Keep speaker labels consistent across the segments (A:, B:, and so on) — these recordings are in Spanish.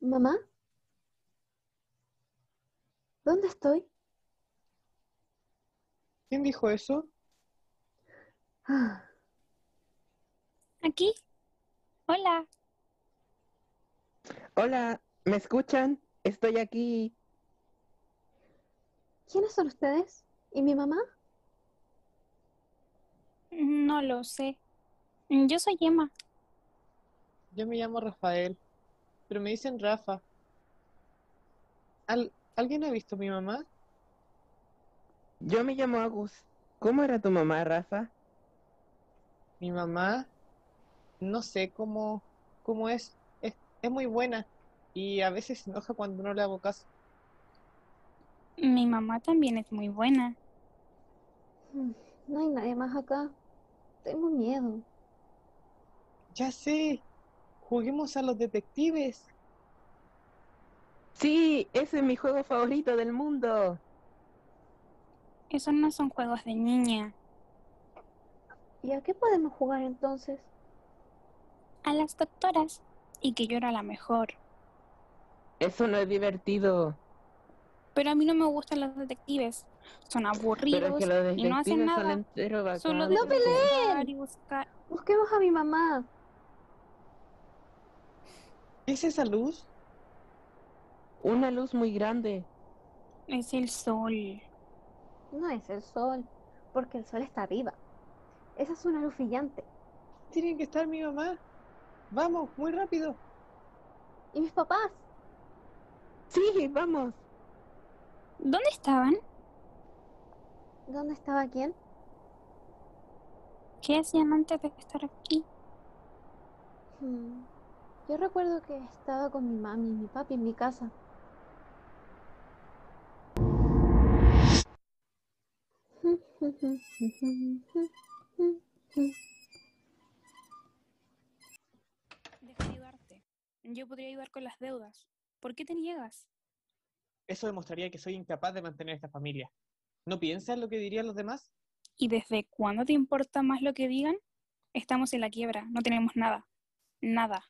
A: ¿Mamá? ¿Dónde estoy?
B: ¿Quién dijo eso?
A: Ah,
C: ¿Aquí? Hola.
D: Hola, ¿me escuchan? Estoy aquí.
A: ¿Quiénes son ustedes? ¿Y mi mamá?
C: No lo sé. Yo soy Emma.
B: Yo me llamo Rafael, pero me dicen Rafa. ¿Al- ¿Alguien ha visto a mi mamá?
D: Yo me llamo Agus. ¿Cómo era tu mamá, Rafa?
B: Mi mamá, no sé cómo, cómo es. es. es muy buena y a veces se enoja cuando no le hago caso.
C: Mi mamá también es muy buena.
A: Mm, No hay nadie más acá. Tengo miedo.
B: Ya sé, juguemos a los detectives.
D: Sí, ese es mi juego favorito del mundo.
C: Esos no son juegos de niña.
A: ¿Y a qué podemos jugar entonces?
C: A las doctoras. Y que yo era la mejor.
D: Eso no es divertido.
C: Pero a mí no me gustan los detectives. Son
D: Pero es
C: aburridos
D: que los
C: y no hacen
D: detectives son
C: nada.
D: enteros bacanes.
C: Solo
A: ¡No peleen!
C: buscar y buscar.
A: Busquemos a mi mamá.
B: ¿Qué es esa luz?
D: Una luz muy grande.
C: Es el sol.
A: No es el sol, porque el sol está arriba. Esa es una luz brillante.
B: Tiene que estar mi mamá. Vamos, muy rápido.
A: ¿Y mis papás?
D: Sí, vamos.
C: ¿Dónde estaban?
A: ¿Dónde estaba quién?
C: ¿Qué hacían antes de estar aquí?
A: Hmm, Yo recuerdo que estaba con mi mami y mi papi en mi casa.
C: Deja ayudarte. Yo podría ayudar con las deudas. ¿Por qué te niegas?
B: Eso demostraría que soy incapaz de mantener esta familia. ¿No piensas lo que dirían los demás?
C: ¿Y desde cuándo te importa más lo que digan? Estamos en la quiebra, no tenemos nada. Nada.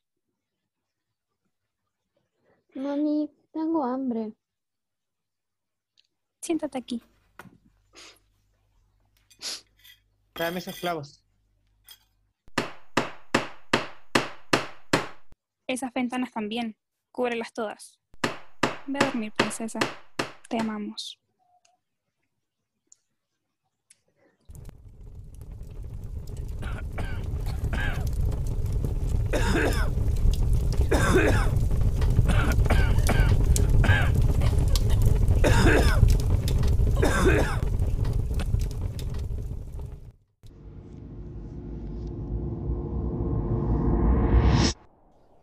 A: Mami, tengo hambre.
C: Siéntate aquí.
B: Tráeme esos clavos.
C: Esas ventanas también. Cúbrelas todas. Ve a dormir, princesa. Te amamos.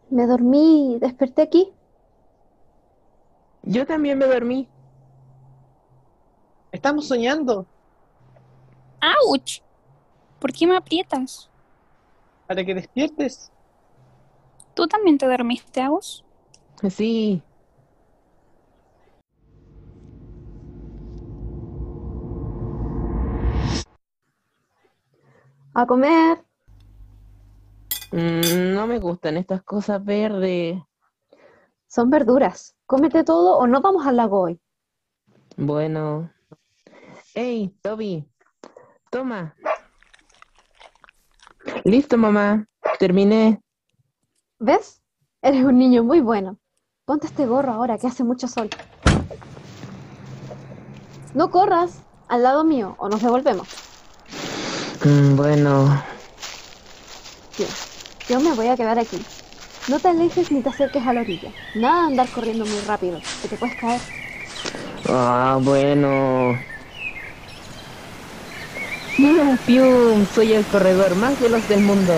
A: Me dormí y desperté aquí.
D: Yo también me dormí.
B: Estamos soñando
C: ¡Auch! ¿Por qué me aprietas?
B: para que despiertes.
C: ¿Tú también te dormiste, Agus?
D: Sí.
A: A comer.
D: Mm, no me gustan estas cosas verdes.
A: Son verduras. Cómete todo o no vamos al lago hoy.
D: Bueno. Hey, Toby. Toma. Listo, mamá. Terminé.
A: ¿Ves? Eres un niño muy bueno. Ponte este gorro ahora que hace mucho sol. No corras al lado mío o nos devolvemos.
D: Mm, bueno.
A: Bien, yo me voy a quedar aquí. No te alejes ni te acerques a la orilla. Nada de andar corriendo muy rápido, que te puedes caer.
D: Ah, bueno. ¡Pium, pium! Soy el corredor más veloz del mundo.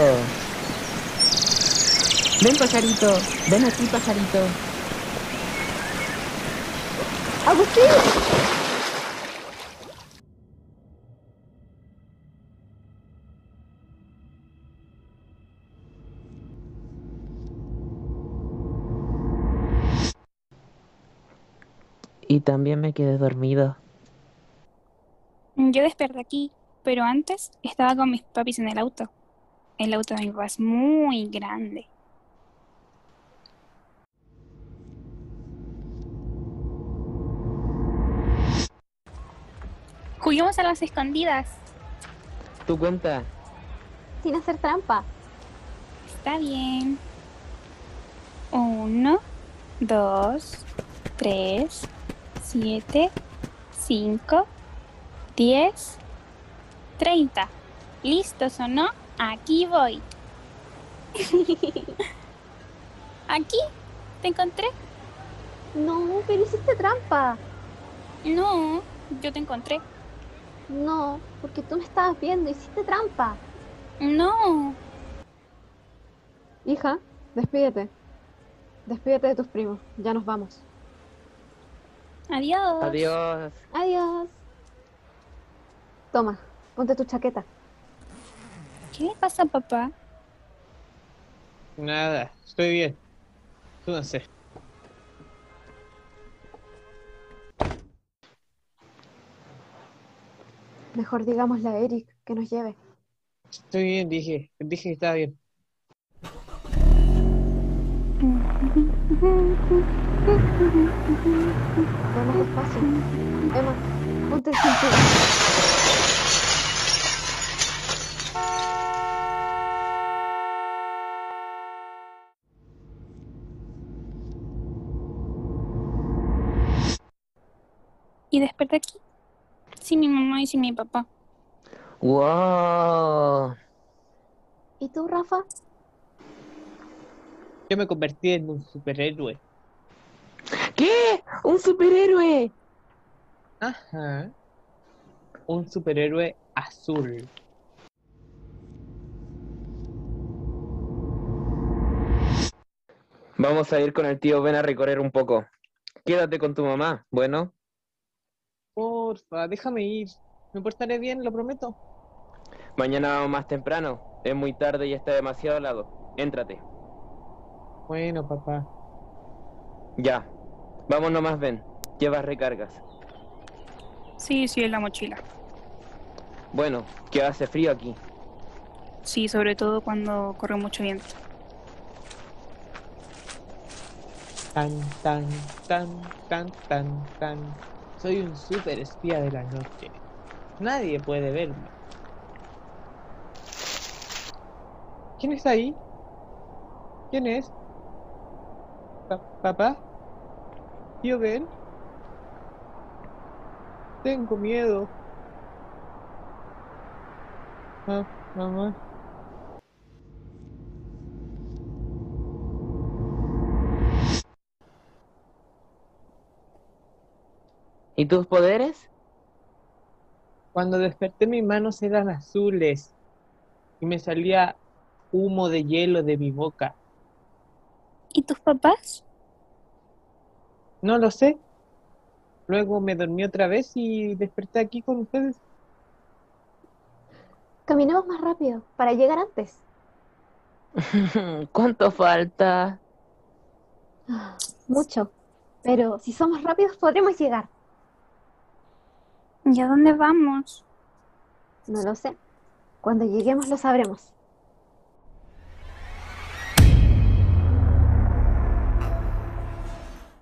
D: Ven, pajarito. Ven aquí, pajarito.
A: ¡Agustín!
D: Y también me quedé dormido.
C: Mm, Yo desperté aquí, pero antes estaba con mis papis en el auto. El auto de mi papá es muy grande. Juguemos a las escondidas.
D: Tú cuenta.
A: Sin hacer trampa.
C: Está bien. Uno, dos, tres, siete, cinco, diez, treinta. ¿Listos o no? Aquí voy. Aquí te encontré.
A: No, pero hiciste trampa.
C: No, yo te encontré.
A: No, porque tú me estabas viendo, hiciste trampa.
C: No,
A: Hija, despídete. Despídete de tus primos. Ya nos vamos.
C: adiós.
D: Adiós.
A: Adiós. Toma, ponte tu chaqueta.
C: ¿Qué le pasa, papá?
B: Nada, estoy bien. Súbanse.
A: Mejor digámosle a Eric que nos lleve.
B: Estoy bien, dije. Dije que estaba bien.
A: Vamos despacio. Emma, ponte el cinturón.
C: ¿Y desperté aquí? Sí, mi mamá y sí, mi papá.
D: Wow.
A: ¿Y tú, Rafa?
B: Yo me convertí en un superhéroe.
D: ¿Qué? ¡Un superhéroe!
B: Ajá. Un superhéroe azul.
D: Vamos a ir con el tío Ben a recorrer un poco. Quédate con tu mamá, bueno.
B: Porfa, déjame ir. Me portaré bien, lo prometo.
D: Mañana vamos más temprano. Es muy tarde y está demasiado helado. Éntrate.
B: Bueno, papá.
D: Ya. Vamos nomás, Ben. Llevas recargas.
C: Sí, sí, en la mochila.
D: Bueno, que hace frío aquí.
C: Sí, sobre todo cuando corre mucho viento.
B: Tan, tan, tan, tan, tan, tan. Soy un super espía de la noche. Nadie puede verme. ¿Quién está ahí? ¿Quién es? Pa- ¿Papá? ¿Tío Ben? Tengo miedo. Ma- Ah, mamá.
D: ¿Y tus poderes?
B: Cuando desperté mis manos eran azules y me salía humo de hielo de mi boca.
C: ¿Y tus papás?
B: No lo sé. Luego me dormí otra vez y desperté aquí con ustedes.
A: Caminemos más rápido para llegar antes.
D: ¿Cuánto falta?
A: Mucho. Pero si somos rápidos podremos llegar.
C: ¿Y a dónde vamos?
A: No lo sé. Cuando lleguemos lo sabremos.